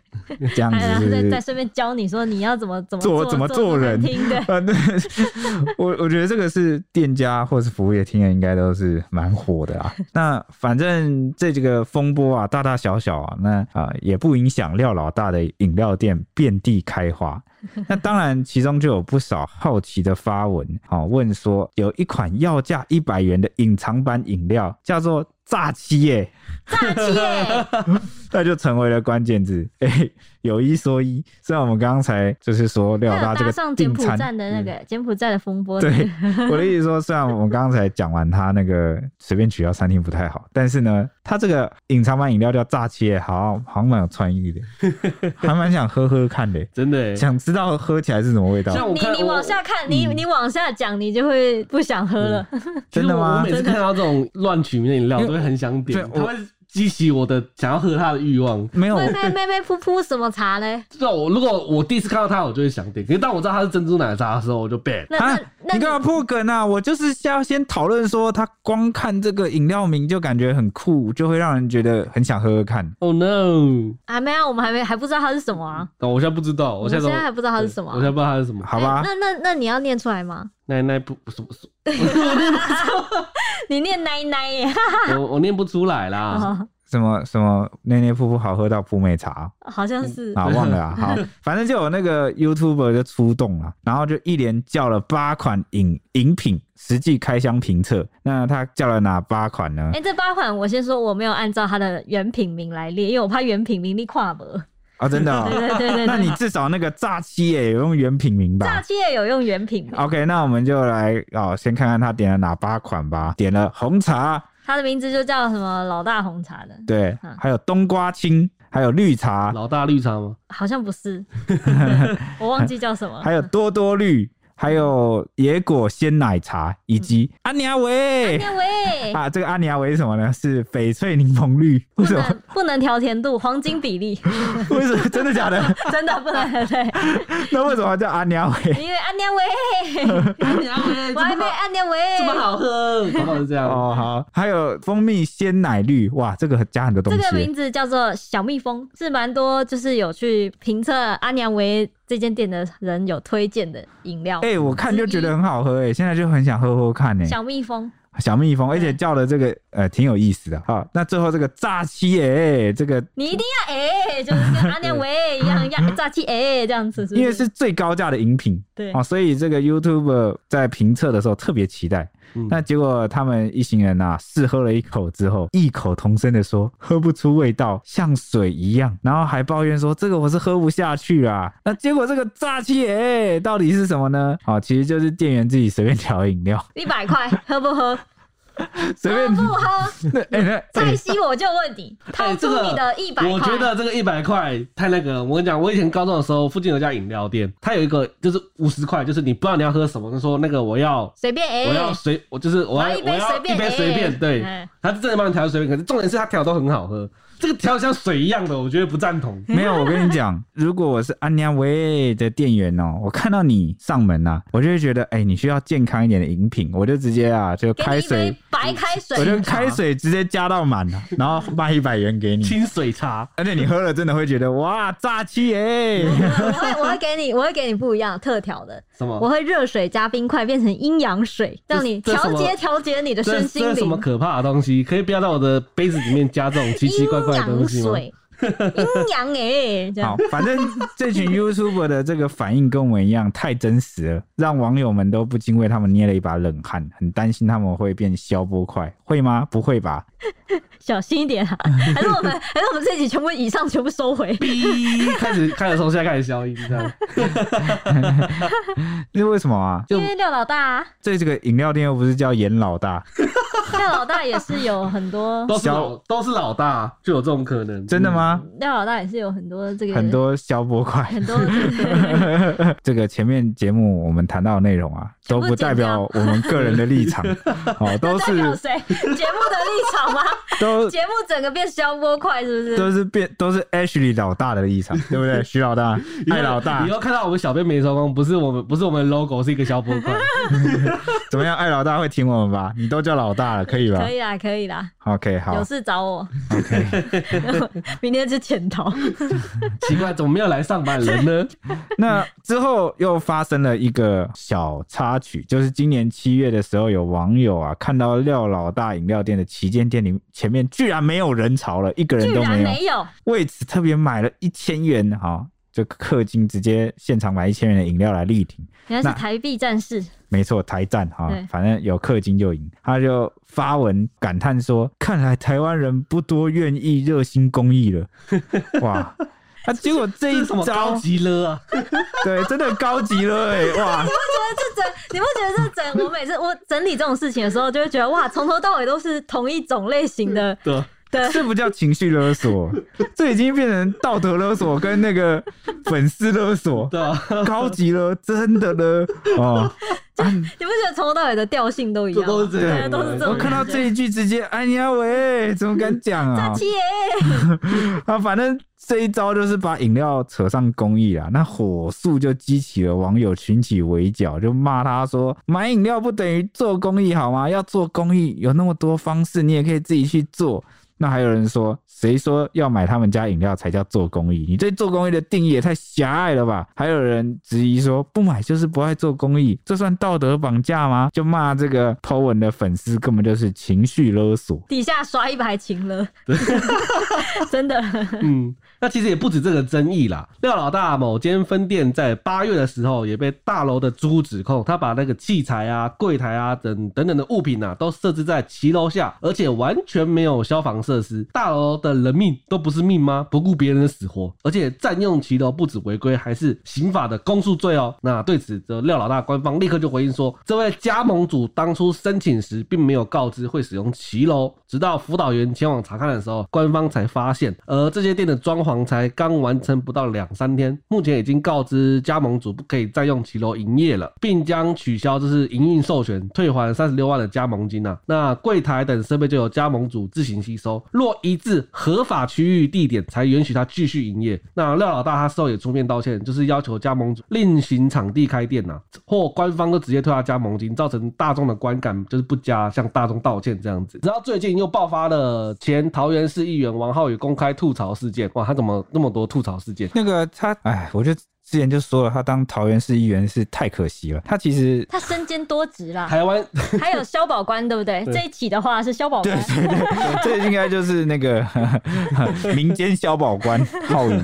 S2: 这样子
S1: 还有他
S2: 是不
S1: 在
S2: 是
S1: 在顺便教你说你要怎么怎么
S2: 做
S1: 做
S2: 怎么做人。
S1: 听对
S2: 啊，对，我我觉得这个是店家或是服务业听了应该都是蛮火的啊。那反正这这个风波啊，大大小小啊，那啊、也不影响廖老大的饮料店遍地开花。那当然，其中就有不少好奇的发文，好、问说有一款要价一百元的隐藏版饮料叫做炸鸡耶，
S1: 大气耶，
S2: 那就成为了关键字。哎、有一说一，虽然我们刚才就是说廖
S1: 还
S2: 老大
S1: 有
S2: 啊这
S1: 搭
S2: 个
S1: 上柬
S2: 订
S1: 埔
S2: 餐嗯
S1: 寨的那个柬埔寨的风 波，
S2: 对，我的意思说，虽然我们刚才讲完他那个随便取消餐厅不太好，但是呢，他这个隐藏版饮料叫炸切，好像好像蛮有创意的，还蛮想喝喝看的，
S3: 真的欸，
S2: 想知道喝起来是什么味道。
S3: 像我
S1: 你
S3: 看
S1: 你往下看，你
S2: 嗯
S1: 你往下讲，你就会不想喝了。
S3: 其实
S2: 真的
S3: 我
S2: 吗
S3: 我每次看到这种乱取名的饮料，我都会很想点
S2: 对，
S3: 它
S2: 我
S3: 会激起我的想要喝它的欲望。
S2: 没有，
S1: 妹妹妹妹噗噗什么茶嘞？
S3: 就我如果我第一次看到它，我就会想点。可是当我知道它是珍珠奶茶的时候，我就 bad。
S1: 那
S2: 啊
S1: 那，那
S2: 你干嘛破梗啊？我就是要先讨论说，他光看这个饮料名就感觉很酷，就会让人觉得很想喝喝看。
S3: Oh no！
S1: 啊没有，我们还没还不知道它是什么啊？
S3: 但我现在不知道，
S1: 我
S3: 我
S1: 们
S3: 现在
S1: 现
S3: 都
S1: 在还不知道它是什么啊
S3: 我现在不知道它是什么。
S2: 好吧
S1: 哎，那那那你要念出来吗？
S3: 奶奶不不什么，什
S1: 你念奶奶耶！
S3: 么我我念不出 来啦。
S1: 哦
S2: 什么什么内内噗噗好喝到扑妹茶
S1: 好像是
S2: 啊，忘了啊。好，反正就有那个 YouTuber 就出动了，然后就一连叫了八款饮饮品，实际开箱评测。那他叫了哪八款呢
S1: 哎、？这八款我先说，我没有按照它的原品名来列，因为我怕原品名你跨博。
S2: 啊，真的哦、
S1: 对对对对
S2: 那你至少那个炸鸡也有用原品名吧？
S1: 炸鸡也有用原品名，
S2: OK，那我们就来哦，先看看他点了哪八款吧。点了红茶，
S1: 它的名字就叫什么老大红茶的，
S2: 对
S1: 嗯，
S2: 还有冬瓜青，还有绿茶，
S3: 老大绿茶吗？
S1: 好像不是，我忘记叫什么。
S2: 还有多多绿，还有野果鲜奶茶，
S1: 嗯
S2: 以及安妮亚维。
S1: 那位
S2: 啊，这个安妮亚维是什么呢？是翡翠柠檬绿。为
S1: 不
S2: 什么？
S1: 能不能调甜度，黄金比例，
S2: 为什么？真的 假的？
S1: 真的不能对，
S2: 那为什么叫安妮亚维？
S1: 因为按那 位，我还没按那位，
S3: 这么好喝，搞不好是这样。
S2: 哦，好，还有蜂蜜鲜奶绿，哇，这个加很多东
S1: 这
S2: 西。
S1: 个名字叫做小蜜蜂，是蛮多就是有去评测阿娘维这间店的人有推荐的饮料。
S2: 哎、我看就觉得很好喝、哎，现在就很想喝喝看、哎。
S1: 小嗯蜜蜂，
S2: 小蜜蜂，而且叫的这个呃挺有意思的。好，那最后这个炸鸡耶、哎这个
S1: 你一定要哎、就是跟阿娘维一样，要炸鸡哎、这样子是不
S2: 因为是最高价的饮品
S1: 对
S2: 哦，所以这个 YouTube 在评测的时候特别期待。
S3: 嗯
S2: 那结果他们一行人啊试喝了一口之后，异口同声的说喝不出味道，像水一样，然后还抱怨说这个我是喝不下去啊。那结果这个炸鸡耶、到底是什么呢？哦，其实就是店员自己随便调饮料，
S1: 一百块喝不喝？
S2: 随
S1: 喝
S2: 便
S1: 不 喝？
S2: 那哎那
S1: 蔡
S2: 哎
S1: 西我就问你，掏
S3: 哎
S1: 出
S3: 这个
S1: 你的一百块，
S3: 我觉得这个一百块太那个了。我跟你讲，我以前高中的时候，附近有一家饮料店，它有一个就是五十块，就是你不知道你要喝什么，就说那个我要。
S1: 随便哎、
S3: 我要随我就是我
S1: 然
S3: 要
S1: 后一
S3: 我
S1: 杯
S3: 要
S1: 随便
S3: 一杯随便，
S1: 哎
S3: 对
S1: 哎，
S3: 他真的帮你调随便，可是重点是他调得都很好喝，这个调得像水一样的，我觉得不赞同。
S2: 没有，我跟你讲，如果我是安娘喂的店员哦，我看到你上门呐、我就会觉得，哎、你需要健康一点的饮品，我就直接啊，就
S1: 给你
S2: 开
S1: 一杯
S2: 水，
S1: 白开水，
S2: 我就开水直接加到满了，啊 然后卖一百元给你。
S3: 清水茶，
S2: 而且你喝了真的会觉得哇，炸 气耶、
S1: 我会我会给你，我会给你不一样特调的，
S3: 什么？
S1: 我会热水加冰块变成阴阳水，
S3: 啊这
S1: 让你
S3: 这
S1: 调
S3: 什么
S1: 节调节你的
S3: 这
S1: 身
S3: 这
S1: 心
S3: 是什么
S1: 灵。
S3: 可怕的东西？可以不要在我的杯子里面加这种奇奇怪怪的东西吗？
S1: 阴阳水，阴阳哎，这
S2: 好
S1: 样。，
S2: 反正这群 YouTuber 的这个反应跟我们一样，太真实了，让网友们都不禁为他们捏了一把冷汗，很担心他们会变消波块，会吗？不会 吧？
S1: 小心一 点啊！还是我们，还是我们这集全部以上全部收回。
S3: 哔，开始开始从现在开始消音， 这样。
S2: 那为什么啊？
S1: 因为廖老大啊，
S2: 这这个饮料店又不是叫严老大，
S1: 廖老大也是有很 多，
S3: 都是
S2: 小
S3: 老都是老大，就有这种可能。
S2: 真的？吗？
S1: 廖老大也是有很多这个
S2: 很多消波块。
S1: 很 多对
S2: 这个前面节目我们谈到的内容 啊，都不代表我们个人的立场， 哦，都
S1: 代表
S2: 是
S1: 谁节目的立场吗？
S2: 都
S1: 节目整个变消波块是不是？
S2: 都是变都是 Ashley 老大的立 场，对不对？徐老大、艾老大
S3: 以后看到我们小编没收工，不是我们不是我们 logo 是一个小波 块，
S2: 怎么样？艾老大会听我们吧？你都叫老大了，可
S3: 啊
S2: 以吧
S1: 可以啦，可以啦，
S2: ？OK，好
S1: 有，事找我，
S2: OK
S1: 明天就潜逃。
S3: 奇怪，怎么没有来上班的人呢？
S2: 那之后又发生了一个小插曲，就是今年七月的时候，有网友啊看到廖老大饮料店的旗舰店里前面居然没有人潮了，一个人
S1: 居
S2: 都
S1: 然
S2: 没有，
S1: 没有，
S2: 为此特别买了一千元哈、就氪金直接现场买一千元的饮料来力挺。
S1: 原来是
S2: 那
S1: 台币战士，
S2: 没错，台战哈、
S1: 对
S2: 反正有氪金就赢。他就发文感叹说：“看来台湾人不多愿意热心公益 了。”哇！啊，结果这
S3: 这
S2: 一
S3: 是什么高
S2: 招，
S3: 级了啊？
S2: 对，真的高级了哎、哇！
S1: 这整 你不觉得这整？我每次我整理这种事情的时候，就会觉得哇，从头到尾都是同一种类型的
S3: 对，啊
S1: 对
S2: 这不叫情绪勒 索，这已经变成道德勒索跟那个粉丝勒索，
S3: 对啊，
S2: 高级了，真的了哦！
S1: 你不觉得从头到尾的调性都一样吗？
S3: 都是这样
S1: 对都是这
S2: 我
S1: 种
S2: 看到
S1: 感觉
S2: 这一句直接，哎呀喂，怎么敢讲啊？
S1: 大七爷，
S2: 啊，反正这一招就是把饮料扯上公益啊，那火速就激起了网友群起围剿，就骂他说买饮料不等于做公益好吗？要做公益有那么多方式，你也可以自己去做。那还有人说，谁说要买他们家饮料才叫做公益？你对做公益的定义也太狭隘了吧？还有人质疑说，不买就是不爱做公益，这算道德绑架吗？就骂这个 Po 文的粉丝根本就是情绪勒索。
S1: 底下刷一排情了， 真的。
S3: 嗯，那其实也不止这个争议啦。廖老大某间分店在八月的时候也被大楼的租屋指控，他把那个器材啊、柜台啊等等等的物品啊都设置在骑楼下，而且完全没有消防设施。大楼的人命都不是命吗？不顾别人的死活，而且占用骑楼不止违规，还是刑法的公诉罪哦。那对此，则廖老大官方立刻就回应说，这位加盟主当初申请时并没有告知会使用骑楼，直到辅导员前往查看的时候，官方才发现，而这些店的装潢才刚完成不到两三天，目前已经告知加盟主不可以再用骑楼营业了，并将取消就是营运授权，退还三十六万的加盟金啊。那柜台等设备就由加盟主自行吸收，若移至合法区域地点，才允许他继续营业。那廖老大他事后也出面道歉，就是要求加盟主另行场地开店啊呐、或官方都直接退他加盟金，造成大众的观感就是不佳，向大众道歉这样子。然后最近又爆发了前桃园市议员王浩宇公开吐槽事件，哇，他怎么那么多吐槽事件？
S2: 那个他，哎，我就之前就说了，他当桃园市议员是太可惜了。他其 实
S1: 他身兼多职啦，
S3: 台湾
S1: 还有消保官，对不对？这一起的话是消保官，
S2: 这应该就是那个 民间消保官浩宇，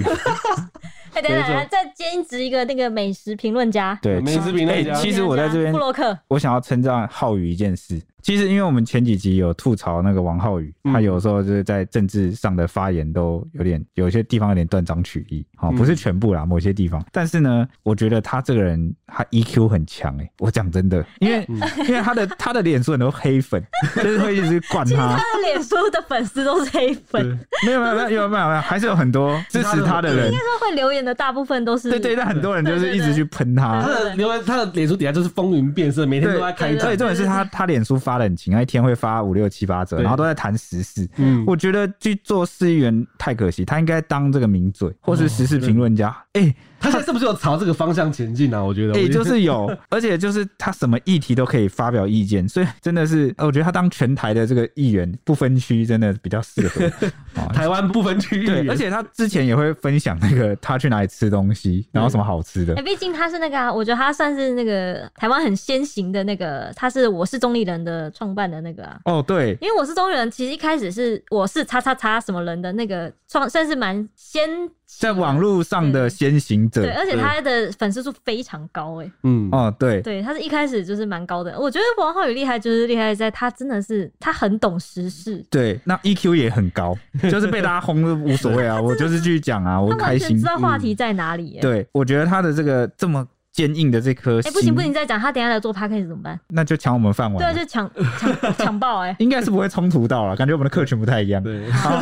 S1: 哎，等等，
S3: 没错
S1: 还再兼职一个那个美食评论家，
S2: 对，
S3: 美食评论家
S2: 哎其实我在这边
S1: 布，洛克，
S2: 我想要称赞浩宇一件事。其实，因为我们前几集有吐槽那个王浩宇，
S3: 嗯
S2: 他有时候就是在政治上的发言都有点，有些地方有点断章取义，好，
S3: 嗯
S2: 不是全部啦，某些地方。但是呢，我觉得他这个人，他 EQ 很强诶、我讲真的，因为
S3: 嗯
S2: 因为他的他的脸书很多黑粉， 就是会一直灌
S1: 其实 他。
S2: 他
S1: 的脸书的粉丝都是黑粉，
S2: 没有没有没有没有没有没有，还是有很多支持他的人。
S1: 那会留言的大部分都是
S2: 对对，但很多人就是一直去喷
S3: 他
S2: 他。
S3: 的留言，他的脸书底下就是风云变色，每天
S2: 对，
S3: 都在开
S2: 而
S3: 战
S2: 且。重点是他他脸书发的很勤，他一天会发五六七八折，
S3: 对
S2: 然后都在谈时事。
S3: 嗯，
S2: 我觉得去做市议员太可惜，他应该当这个名嘴或是时事评论家。哎
S3: 他现在是不是有朝这个方向前进啊？我觉得，
S2: 哎，
S3: 我觉得
S2: 就是有， 而且就是他什么议题都可以发表意见，所以真的是，呃我觉得他当全台的这个议员不分区真的比较适合。哦
S3: 台湾不分区域，
S2: 对，而且他之前也会分享那个他去哪里吃东西，然后什么好吃的
S1: 哎，。毕竟他是那个、啊，我觉得他算是那个台湾很先行的那个，他是我是中立人的创办的那个啊。
S2: 哦，对，
S1: 因为我是中立人，其实一开始是我是叉叉叉什么人的那个创，算是蛮先
S2: 在网络上的先行者
S1: 对，。而且他的粉丝数非常高哎、
S3: 嗯，
S2: 哦，对，
S1: 对，他是一开始就是蛮高的。我觉得王浩宇厉害，就是厉害在他真的是他很懂时事，
S2: 对，那 EQ 也很 高，就是被大家轰都无所谓啊，我就是继续讲啊，我
S1: 他
S2: 开
S1: 完全
S2: 心
S1: 知。道话题在哪里、欸。
S2: 对，我觉得他的这个这么坚硬的这颗
S1: 哎、
S2: 心，
S1: 不行不行，你再讲他等一下来做 p a c a s e 怎么办？
S2: 那就抢我们饭
S1: 对啊，
S2: 碗吧。
S1: 就抢抢抢爆哎、
S2: 应该是不会冲突到了，感觉我们的客群不太一样。
S3: 对，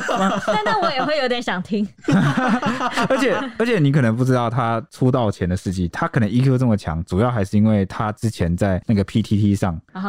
S1: 但但我也会有点想 听，
S2: 而 且而且你可能不知道他出道前的事迹，他可能 EQ 这么强，主要还是因为他之前在那个 PTT 上
S1: 哦，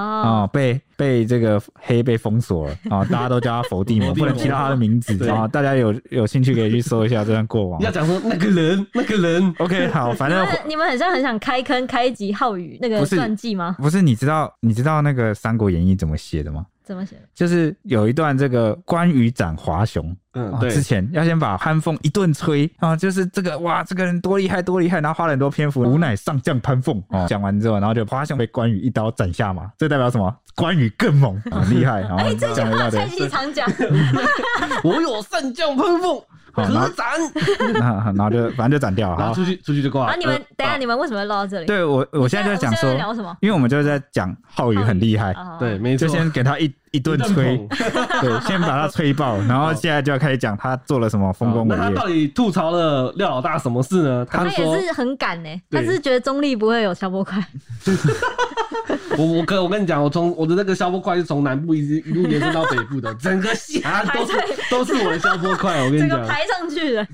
S2: 啊、被被这个黑被封锁了 啊、大家都叫他伏地 魔，
S3: 伏地
S2: 不
S3: 魔
S2: 能提到他的名字
S3: 对
S2: 啊、大家有有兴趣可以去搜一下这段过往
S3: 你。要讲说那个人，那个人，
S2: OK，好， 反正
S1: 那你们很像很想开坑开一集浩宇那个
S2: 不是
S1: 传记吗？
S2: 不是你知道你知道那个《三国演义》怎么写的吗？
S1: 怎么写的？
S2: 就是有一段这个关羽斩华雄，
S3: 嗯，
S2: 啊，
S3: 对
S2: 之，前要先把潘凤一顿吹啊，就是这个哇，这个人多厉害多厉害，然后花了很多篇幅，吾乃上将潘凤啊，讲完之后，然后就华雄被关羽一刀斩下马，这代表什么？ 关羽更猛，啊，厉害，然
S1: 哎
S2: 后讲了一大堆
S1: 蔡，徐常讲，啊
S3: 我有上将喷凤，
S2: 好然后
S3: 可斩，
S2: 啊然后就反正就斩掉了。
S3: 然
S2: 好
S3: 后出去出去就挂
S1: 然
S3: 了
S1: 后。你们
S3: 呃
S1: 等一下你们为什么要唠到这里？
S2: 对我我现在就
S1: 我
S2: 讲
S1: 们现在
S2: 说
S1: 在，聊什么？
S2: 因为我们就在讲浩宇很厉害，
S1: 啊
S3: 对，，没错，
S2: 就先给他一一顿吹，
S3: 一捧
S2: 对，先把他吹爆，然后现在就要开始讲他做了什么丰功伟
S3: 啊
S2: 业。
S3: 那他到底吐槽了廖老大什么事呢？
S1: 他
S3: 就说
S1: 也是很敢呢，他
S3: 对
S1: 是觉得中立不会有消波块，
S3: 我我跟我跟你讲，我从我的那个消波块是从南部一直一路延伸到北部的，整个 峡都是都是我的消波块。我跟
S1: 这
S3: 你
S1: 个
S3: 讲，
S2: 啊
S1: 排上去的，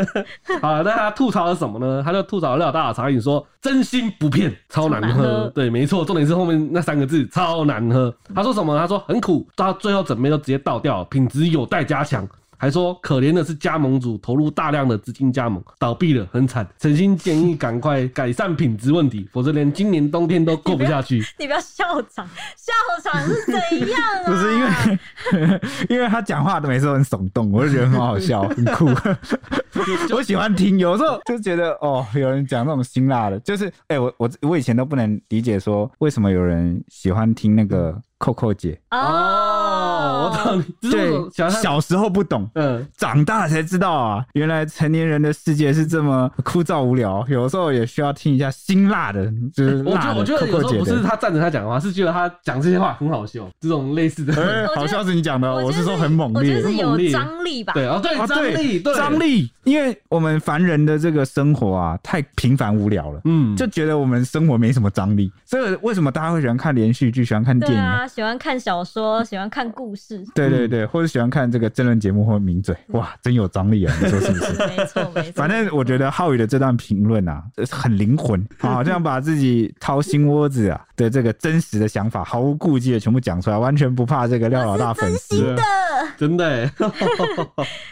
S3: 好了，那他吐槽了什么呢？他就吐槽廖大茶饮说真心不骗，超难
S1: 超难
S3: 喝
S1: 喝。
S3: 对，没错，重点是后面那三个字超难喝。他说什么？他说很苦，到最后整杯都直接倒掉，品质有待加强。还说可怜的是加盟主投入大量的资金加盟，倒闭了，很惨。诚心建议赶快改善品质问题，否则连今年冬天都过不下去。
S1: 你不要笑场，笑场是怎样啊？
S2: 不是因为，因为他讲话都每次都很耸动，我就觉得很好笑，很 酷。我喜欢听，有时候就觉得哦，有人讲那种辛辣的，就是哎、我我我以前都不能理解说为什么有人喜欢听那个扣扣姐，
S3: 哦，我懂，你，就是我想象
S2: 小时候不懂。
S3: 嗯，
S2: 长大才知道啊，原来成年人的世界是这么枯燥无聊，有时候也需要听一下辛辣的，就是
S3: 我
S2: 辣
S3: 觉
S2: 的。
S3: 得我觉得有时
S2: 扣扣
S3: 候
S2: 姐
S3: 不是
S2: 的，
S3: 他站着他讲话，是觉得他讲这些话很好笑，这种类似 的。
S2: 哎、
S1: 我觉得
S2: 好像是你讲的，我是说很猛
S1: 我
S2: 烈，
S1: 觉得是
S3: 很猛
S1: 有
S3: 烈
S1: 张力吧。
S3: 对啊，对
S2: 啊，
S3: 张力，对
S2: 张，力，因为我们凡人的这个生活啊，太平凡无聊了。
S3: 嗯，
S2: 就觉得我们生活没什么张力，所以为什么大家会喜欢看连续剧，喜欢看电
S1: 对
S2: 影？
S1: 啊，喜欢看小说，喜欢看故事，
S2: 对对
S3: 嗯
S2: 对，或者喜欢看这个真人节目或名嘴，哇，真有张力啊！你说是不是？
S1: 没错没错
S2: 反。正我觉得浩宇的这段评论啊，呃很灵 魂，好像把自己掏心窝子啊的这个真实的想法，毫无顾忌的全部讲出来，完全不怕这个廖老大粉丝。
S3: 的， 真的 欸，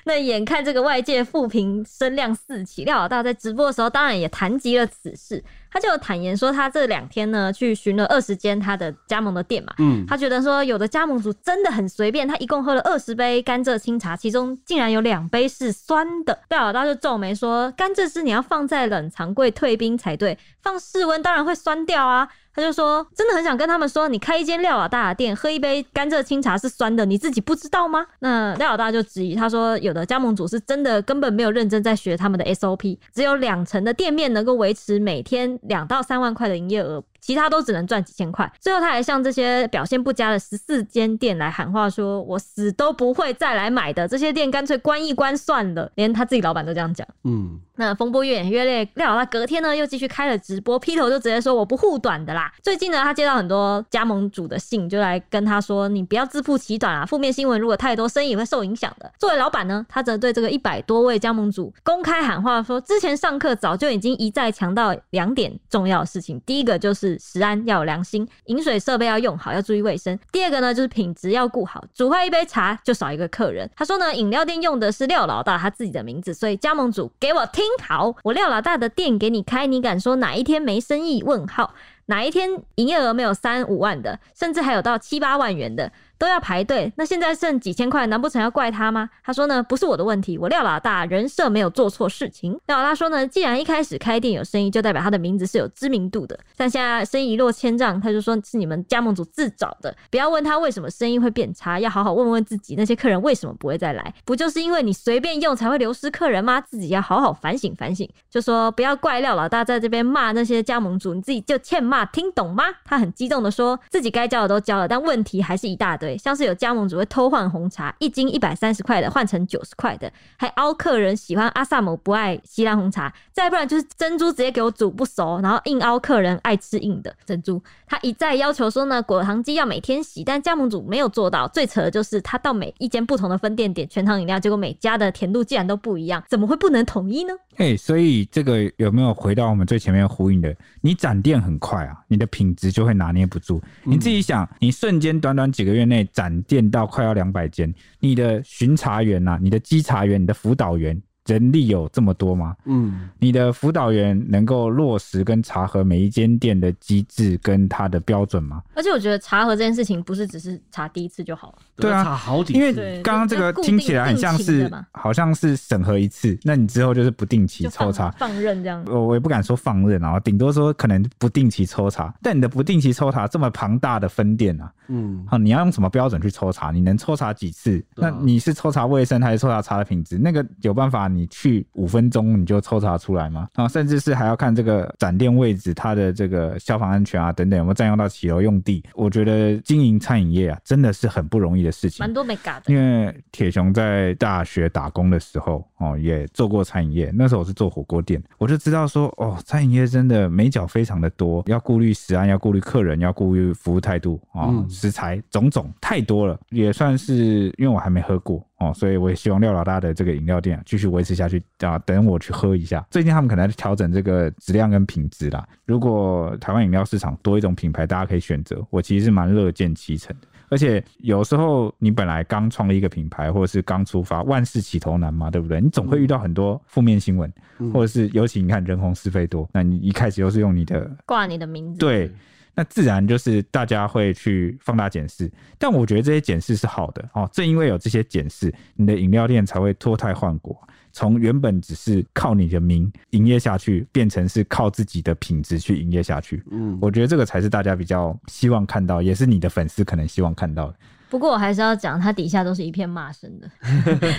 S1: 那眼看这个外界负评声量四起，廖老大在直播的时候当然也谈及了此事，他就有坦言说他这两天呢去巡了二十间他的加盟的店嘛，
S3: 嗯，
S1: 他觉得说有的加盟主真的很随便，他一共喝了二十杯甘蔗清茶，其中竟然有两杯是酸的。廖老大就皱眉说：“甘蔗汁你要放在冷藏柜退冰才对，放室温当然会酸掉啊。”他就说：“真的很想跟他们说，你开一间廖老大的店，喝一杯甘蔗清茶是酸的，你自己不知道吗？”那廖老大就质疑，他说：“有的加盟主是真的根本没有认真在学他们的 SOP，只有两成的店面能够维持每天两到三万块的营业额，其他都只能赚几千块。最后，他还向这些表现不佳的十四间店来喊话说：“我死都不会再来买的，这些店干脆关一关算了。”连他自己老板都这样讲。
S3: 嗯，
S1: 那风波越演越烈，廖老大隔天呢又继续开了直播，劈头就直接说我不护短的啦。最近呢，他接到很多加盟主的信，就来跟他说，你不要自负其短啊，负面新闻如果太多，生意也会受影响的。作为老板呢，他则对这个一百多位加盟主公开喊话说，之前上课早就已经一再强调两点重要的事情，第一个就是食安要有良心，饮水设备要用好，要注意卫生；第二个呢就是品质要顾好，煮坏一杯茶就少一个客人。他说呢，饮料店用的是廖老大他自己的名字，所以加盟主给我听好，我廖老大的店给你开，你敢说哪一天没生意？问号。哪一天营业额没有三五万的，甚至还有到七八万元的，都要排队。那现在剩几千块，难不成要怪他吗？他说呢，不是我的问题，我廖老大人设没有做错事情。廖老大说呢，既然一开始开店有生意，就代表他的名字是有知名度的。但现在生意一落千丈，他就说是你们加盟组自找的，不要问他为什么生意会变差，要好好问问自己那些客人为什么不会再来，不就是因为你随便用才会流失客人吗？自己要好好反省反省。就说不要怪廖老大在这边骂那些加盟主，你自己就欠骂，听懂吗？他很激动的说，自己该交的都交了，但问题还是一大堆，像是有加盟主会偷换红茶，一斤一百三十块的换成九十块的，还凹客人喜欢阿萨姆不爱西兰红茶，再不然就是珍珠直接给我煮不熟，然后硬凹客人爱吃硬的珍珠。他一再要求说呢，果糖机要每天洗，但加盟主没有做到。最扯的就是他到每一间不同的分店点全糖饮料，结果每家的甜度竟然都不一样，怎么会不能统一呢？
S2: 哎、所以这个有没有回到我们最前面呼应的？你展店很快啊，你的品质就会拿捏不住。你
S1: 嗯
S2: 自己想，你瞬间短短几个月内展店到快要两百间，你的巡查员呐、你的稽查员、你的辅导员人力有这么多吗？
S3: 嗯，
S2: 你的辅导员能够落实跟查核每一间店的机制跟它的标准吗？
S1: 而且我觉得查核这件事情不是只是查第一次就好了，
S2: 对啊
S3: 差好几次，
S2: 因为
S1: 对
S2: 刚刚这个
S1: 就固定
S2: 听起来很像
S1: 定期
S2: 是
S1: 的嘛
S2: 好像是审核一次，那你之后就是不定期
S1: 就
S2: 抽
S1: 放
S2: 查。
S1: 放任这样。
S2: 我我也不敢说放任啊，顶多说可能不定期抽查。但你的不定期抽查这么庞大的分店啊，
S3: 嗯，
S2: 好，你要用什么标准去抽查？你能抽查几次？
S3: 对
S2: 那
S3: 啊
S2: 你是抽查卫生还是抽查茶的品质？那个有办法你去五分钟你就抽查出来吗？啊，甚至是还要看这个展店位置、它的这个消防安全啊等等有没有占用到骑楼用地。我觉得经营餐饮业啊，真的是很不容易的事情啊
S1: 蛮。多没嘎的
S2: 因。为铁雄在大学打工的时候，哦，也做过餐饮业。那时候我是做火锅店，我就知道说，哦，餐饮业真的美角非常的多，要顾虑食安，要顾虑客人，要顾虑服务态度啊、哦
S3: 嗯
S2: 食材种种太多了。也算是因为我还没喝过哦，所以我也希望廖老大的这个饮料店啊继续维持下去啊，等我去喝一下。最近他们可能在调整这个质量跟品质啦。如果台湾饮料市场多一种品牌，大家可以选择，我其实是蛮乐见其成的。而且有时候你本来刚创立一个品牌，或者是刚出发，万事起头难嘛，对不对？你总会遇到很多负面新闻，或者是尤其你看人红是非多，那你一开始又是用你的
S1: 挂你的名字，
S2: 对，那自然就是大家会去放大检视。但我觉得这些检视是好的哦，正因为有这些检视，你的饮料店才会脱胎换骨，从原本只是靠你的名营业下去，变成是靠自己的品质去营业下去。
S3: 嗯，
S2: 我觉得这个才是大家比较希望看到，也是你的粉丝可能希望看到的。
S1: 不过我还是要讲，它底下都是一片骂声的。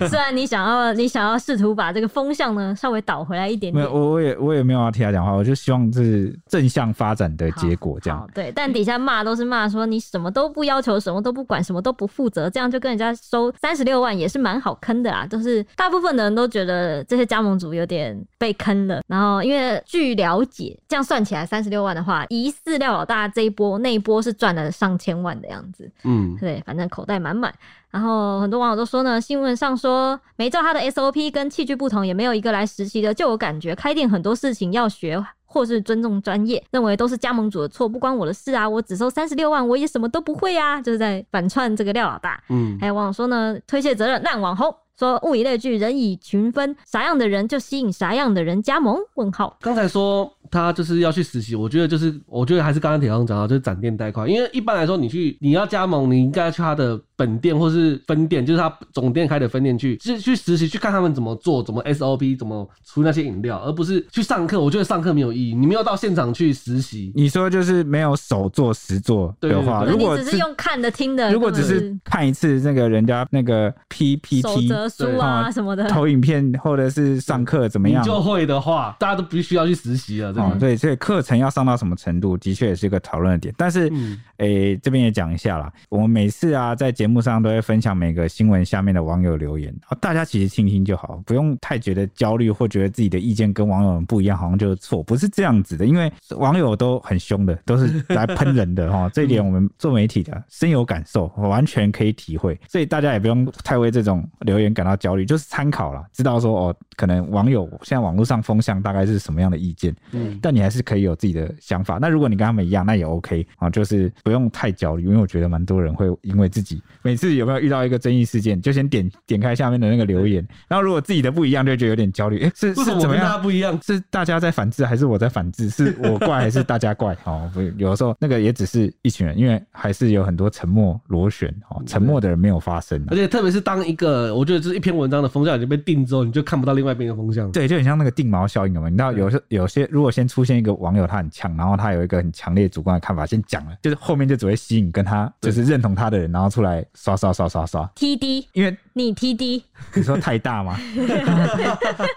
S1: 虽然你想要，你想要试图把这个风向呢稍微倒回来一
S3: 嗯
S1: 点
S2: 没
S1: 点
S2: 有，，我我也我也没有要替他讲话，我就希望是正向发展的
S1: 好
S2: 结果这样
S1: 好。对，但底下骂都是骂说你什么都不要求，什么都不管，什么都不负责，这样就跟人家收三十六万也是蛮好坑的啦。啊就是大部分的人都觉得这些加盟主有点被坑了。然后因为据了解，这样算起来三十六万的话，疑似廖老大这一波那一波是赚了上千万的样子。
S3: 嗯，
S1: 对，反正口袋满满。然后很多网友都说呢，新闻上说没照他的 SOP 跟器具不同，也没有一个来实习的。就我感觉，开店很多事情要学或是尊重专业，认为都是加盟主的错，不关我的事啊！我只收三十六万，我也什么都不会啊！就是在反串这个廖老大。
S3: 嗯，
S1: 还有网友说呢，推卸责任烂网红，说物以类聚，人以群分，啥样的人就吸引啥样的人加盟？问号。
S3: 刚才说他就是要去实习，我觉得就是，我觉得还是刚刚铁刚讲到，就是展店带宽。因为一般来说，你去你要加盟，你应该去他的本店或是分店，就是他总店开的分店去，是去实习，去看他们怎么做，怎么 SOP，怎么出那些饮料，而不是去上课。我觉得上课没有意义，你没有到现场去实习。
S2: 你说就是没有手做实做的话，
S3: 对对对
S2: 啊如果
S1: 你只是用看的听的，
S2: 如果
S1: 根
S2: 只
S1: 本
S2: 是看一次那个人家那个
S1: 守
S2: PPT
S1: 则书啊
S2: 哦
S1: 什么的，
S2: 投影片或者是上课怎么
S3: 你
S2: 样？
S3: 就会的话，大家都必须要去实习了，真
S2: 哦，
S3: 的。
S2: 对，所以课程要上到什么程度，的确也是一个讨论的点。但是，
S3: 嗯
S2: 诶、这边也讲一下啦，我们每次啊在节目上都会分享每个新闻下面的网友留言，哦、大家其实听听就好，不用太觉得焦虑或觉得自己的意见跟网友们不一样，好像就是错，不是这样子的，因为网友都很凶的，都是来喷人的哈、哦，这一点我们做媒体的深有感受，我完全可以体会，所以大家也不用太为这种留言感到焦虑，就是参考啦，知道说哦，可能网友现在网络上风向大概是什么样的意见，
S3: 嗯
S2: 但你还是可以有自己的想法。那如果你跟他们一样，那也 OK 啊，就是不用太焦虑，因为我觉得蛮多人会因为自己每次有没有遇到一个争议事件，就先点点开下面的那个留言，然后如果自己的不一样，就会觉得有点焦虑，诶，是
S3: 为什
S2: 是
S3: 么我
S2: 怎么
S3: 跟大家
S2: 样？
S3: 不一样？
S2: 是大家在反制，还是我在反制？是我怪还是大家怪？哦，不，有时候那个也只是一群人，因为还是有很多沉默螺旋哦，沉默的人没有发声、啊
S3: 而。且特别是当一个，我觉得就是一篇文章的风向已经被定之后，你就看不到另外一边的风向。
S2: 对，就很像那个定毛效应，有没有？你知道有些有些，如果先出现一个网友他很呛，然后他有一个很强烈主观的看法，先讲了，就是后面就只会吸引跟他就是认同他的人，然后出来刷刷刷刷刷。
S1: TD，
S2: 因为
S1: 你 TD，
S2: 你说太大吗？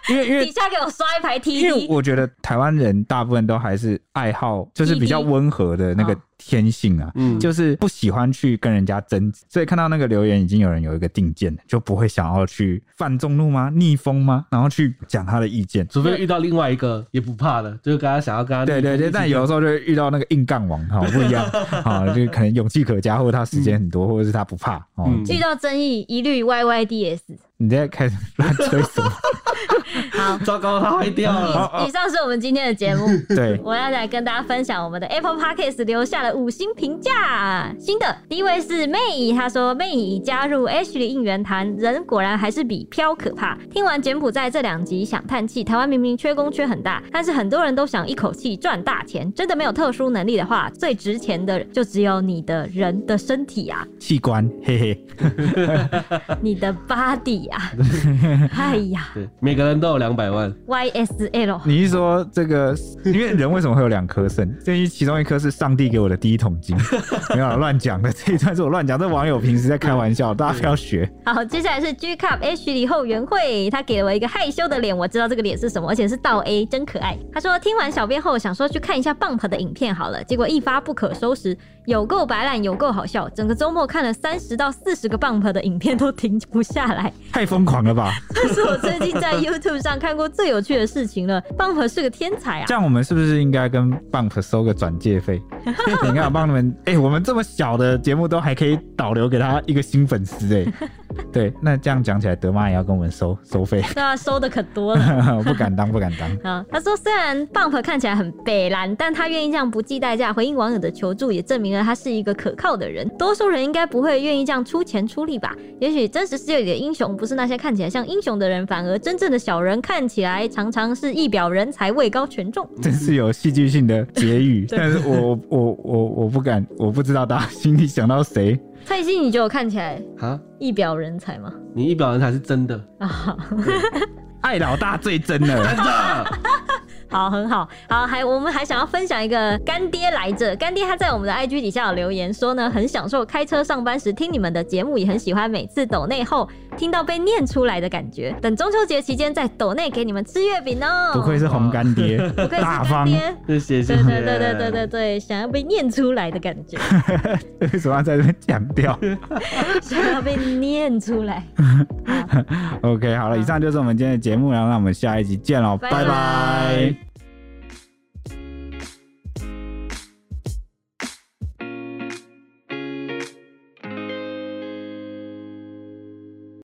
S2: 因为因
S1: 底
S2: 为
S1: 下给我刷一排
S2: 因为
S1: TD，
S2: 我觉得台湾人大部分都还是爱好，就是比较
S1: 滴滴
S2: 温和的那个
S1: 哦
S2: 天性啊。
S3: 嗯，
S2: 就是不喜欢去跟人家争执，所以看到那个留言已经有人有一个定见了，就不会想要去犯众怒吗？逆风吗？然后去讲他的意见。
S3: 除非遇到另外一个也不怕的，就是刚刚想要跟他
S2: 对对对，但有时候就会遇到那个硬杠王 哈，不 一样啊，就可能勇气可嘉，或者他时间很多，或者是他不怕哦。
S3: 嗯
S1: 遇到争议一律 YYDS。
S2: 你在开始乱吹什 么？
S1: 好，
S3: 糟糕，他坏掉了。
S1: 以上是我们今天的节目。
S2: 嗯对，
S1: 我要来跟大家分享我们的 Apple Podcast 留下了五星评价。新的第一位是 May，她说 May 已加入 H 的应援团，人果然还是比飘可怕。听完柬埔寨这两集，想叹气，台湾明明缺工缺很大，但是很多人都想一口气赚大钱。真的没有特殊能力的话，最值钱的就只有你的人的身体啊，
S2: 器官，嘿嘿，
S1: 你的 body 啊。 呀，哎呀
S3: 对，每个人都有两百万，
S1: ，YSL，
S2: 你是说这个？因为人为什么会有两颗肾？这一其中一颗是上帝给我的第一桶 金，没有啦乱讲的。这一段是我乱讲，这网友平时在开玩笑，大家不要学。
S1: 好，接下来是 G Cup H 里后援会，他给了我一个害羞的脸，我知道这个脸是什么，而且是倒 A，真可爱。他说听完小编后想说去看一下 Bump 的影片好了，结果一发不可收拾，有够白烂，有够好笑，整个周末看了三十到四十个 Bump 的影片都停不下来，
S2: 太疯狂了吧？
S1: 这是我最近在 YouTube 上看过最有趣的事情了。Bump 是个天才啊
S2: 这！样我们是不是应该跟 Bump 收个转 介费？你看帮他们，哎、我们这么小的节目都还可以导流给他一个新粉丝哎、 对，那这样讲起来，德妈也要跟我们收收费，
S1: 对啊，收的可多了。
S2: 不敢当，不敢当。
S1: 啊，他说虽然 Bump 看起来很北蓝，但他愿意这样不计代价回应网友的求助，也证明了他是一个可靠的人。多数人应该不会愿意这样出钱出力吧？也许真实世界里的英雄不是那些看起来像英雄的人，反而真正的小人看起来常常是一表人才，位高权重。
S2: 真是有戏剧性的结语，
S1: 对
S2: 但是我我我我不敢，我不知道大家心里想到谁。
S1: 蔡欣，你觉得我看起来
S3: 啊，
S1: 一表人才吗？
S3: 你一表人才是 真的，
S1: 啊，
S2: 爱老大最真了，
S3: 真的。
S1: 好，很好，好，还我们还想要分享一个干爹来着，干爹他在我们的 IG 底下有留言说呢，很享受开车上班时听你们的节目，也很喜欢每次抖内后听到被念出来的感觉。等中秋节期间在抖内给你们吃月饼哦，
S2: 不愧是红干爹，
S1: 不愧是
S2: 大
S1: 干
S2: 方。
S1: 爹。
S3: 谢谢谢
S1: 对
S3: 谢，
S1: 对对对对对对，想要被念出来的感觉，
S2: 为什么要在这边强调
S1: 想要被念出来。
S2: ？OK，好了，以上就是我们今天的节目，然后让我们下一集见喽，
S1: 拜
S2: 拜
S1: 拜
S2: 拜